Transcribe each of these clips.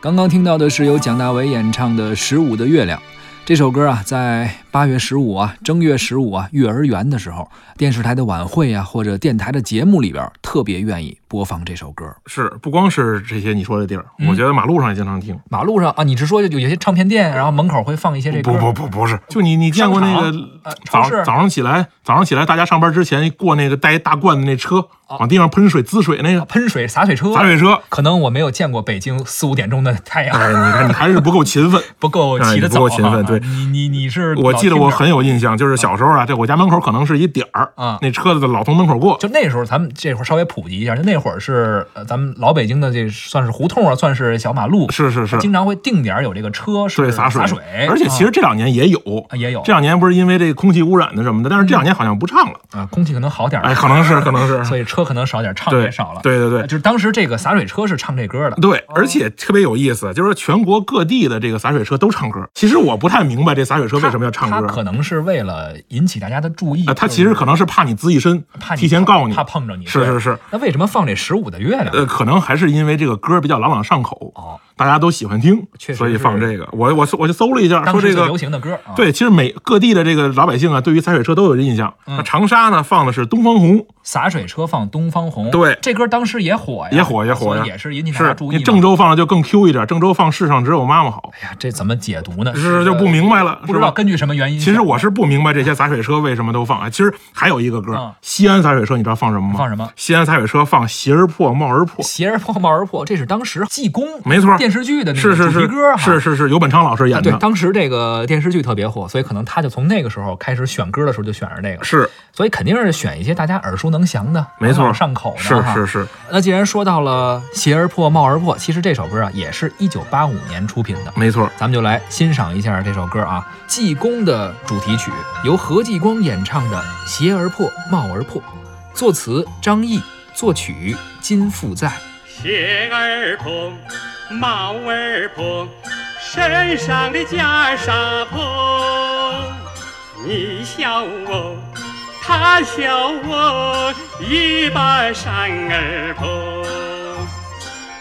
刚刚听到的是由蒋大为演唱的《十五的月亮》这首歌啊，在八月十五啊、正月十五啊、幼儿园的时候，电视台的晚会啊或者电台的节目里边，特别愿意播放这首歌。是不光是这些你说的地儿，嗯我觉得马路上也经常听。马路上啊，你是说有些唱片店，然后门口会放一些这歌？不不不不是，就你你见过那个呃早超市早上起来早上起来大家上班之前过那个带一大罐的那车，往地上喷水滋水那个啊喷水洒水车，洒水车。可能我没有见过北京四五点钟的太阳，哎，你看你还是不够勤奋。不够哎起你得不早、啊。够勤奋对你你你 是我老记得听我着很有印象，就是小时候啊，这我家门口可能是一点儿啊那车子老从门口过，就那时候，咱们这会儿稍微普及一下，就那会儿是呃，咱们老北京的这算是胡同啊，算是小马路，是是是，经常会定点儿有这个车是嗯对，洒水，水，而且其实这两年也有，啊、也有这两年不是因为这空气污染的什么的，但是这两年好像不唱了，啊，空气可能好点儿，啊哎，可能是可能 是，所以车可能少点儿，唱对也少了。对对啊对。就是当时这个洒水车是唱这歌的，对，而且特别有意思，就是全国各地的这个洒水车都唱歌。其实我不太明白这洒水车为什么要唱他歌可能是为了引起大家的注意啊，他其实可能是怕你滋一身怕，你提前告你怕。碰着你。是对是是，那为什么放这十五的月亮？呃，可能还是因为这个歌比较朗朗上口，哦，大家都喜欢听确，实所以是放这个。我我我就搜了一下，当说时这最个流行的歌，啊，对，其实每各地的这个老百姓啊，对于洒水车都有印象。嗯那长沙呢，放的是《东方红》，洒水车放《东方红》，对这歌当时也火哎呀，也火也火所以呀也是引起大家是注意你嘛。郑州放的就更 Q 一点，郑州放世上只有妈妈好，哎呀，这怎么解读呢？是就不明白了，不是知道吧？根据什么原因。其实我是不明白这些洒水车为什么都放啊。其实还有一个歌，嗯西安洒水车，你知道放什么吗？放什么？西安洒水车放鞋儿破帽儿破，鞋儿破 帽儿破，这是当时济公没错，电视剧的那是个是主题是歌哈，是是是，由本昌老师啊演对，的，当时这个电视剧特别火，所以可能他就从那个时候开始选歌的时候就选着这个，是所以肯定是选一些大家耳熟能详的，没错朗朗上口的。是是。是，那既然说到了鞋儿破帽儿破，其实这首歌啊也是一九八五年出品的，没错，咱们就来欣赏一下这首歌啊，《济公》的主题曲，由何继光演唱的《鞋儿破，帽儿破》，作词张毅，作曲金复在。鞋儿破，帽儿破，身上的袈裟破。你笑我，他笑我，一把扇儿破。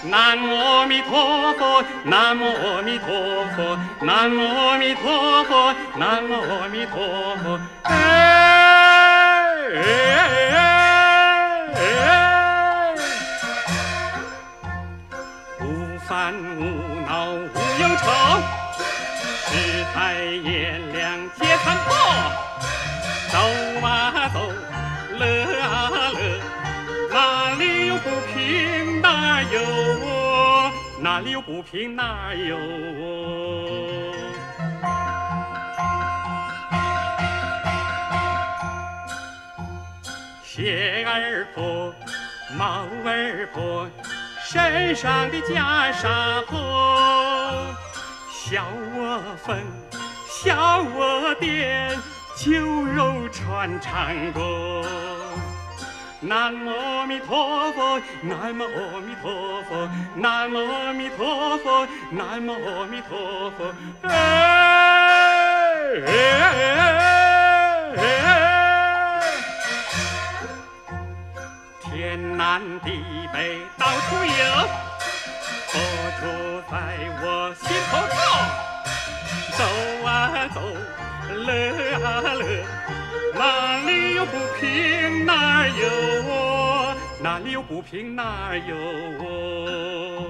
南无阿弥陀佛，南无阿弥陀佛，南无阿弥陀佛，南无阿弥陀佛。哎哎哎哎无烦无恼无忧愁，世态炎凉皆残破。走啊走，乐啊乐，哪里有不平哪有我，哪里有不平哪有我。鞋儿破，帽儿破，身上的袈裟破。笑我疯，笑我癫，酒肉穿肠过。南无阿弥陀佛，南无阿弥陀佛，南无阿弥陀佛，南无阿弥陀佛。哎哎哎哎天南地北到处游，佛祖在我心头住。走啊走，乐啊乐，哪里有不平哪有我，哪里有不平哪有我。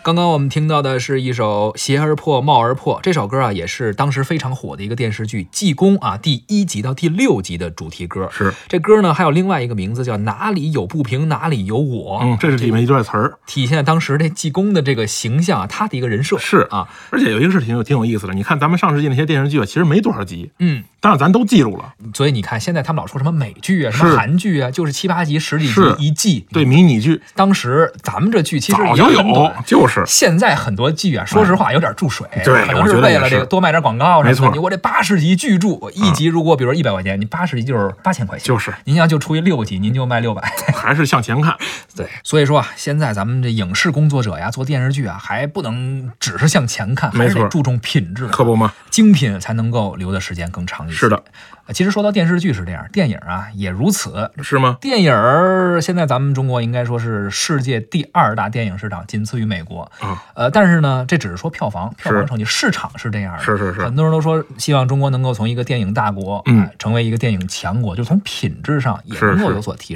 刚刚我们听到的是一首《鞋儿破，帽儿破》这首歌啊，也是当时非常火的一个电视剧《济公》啊第一集到第六集的主题歌。是，这歌呢还有另外一个名字叫《哪里有不平哪里有我》，嗯，这是里面一段词儿。体现当时这济公的这个形象啊，他的一个人设是啊，而且有一个事情挺有挺有意思的，你看咱们上世纪那些电视剧啊，其实没多少集，嗯，但是咱都记住了。所以你看，现在他们老说什么美剧啊，什么是韩剧啊，就是七八集、十几集是一季。对，迷你剧当时咱们这剧其实早也就很有短，就是现在很多剧啊，说实话有点注水，哎对可能我觉是得为也了这是个多卖点广告什么的。没错你我这八十集巨著，我一集如果比如一百块钱，你八十集就是八千块钱，嗯就是您要就除以六集，您就卖六 百。还是向前看，对，所以说啊，现在咱们这影视工作者呀，做电视剧啊，还不能只是向前看，还没是错得注重品质，可不嘛？精品才能够留的时间更长一些。是的呃，其实说到电视剧是这样，电影啊也如此。是吗？电影儿现在咱们中国应该说是世界第二大电影市场，仅次于美国。啊，呃，但是呢，这只是说票房，票房是成绩，市场是这样的。是是是很多人都说希望中国能够从一个电影大国，嗯呃成为一个电影强国，就从品质上也是能够是有所提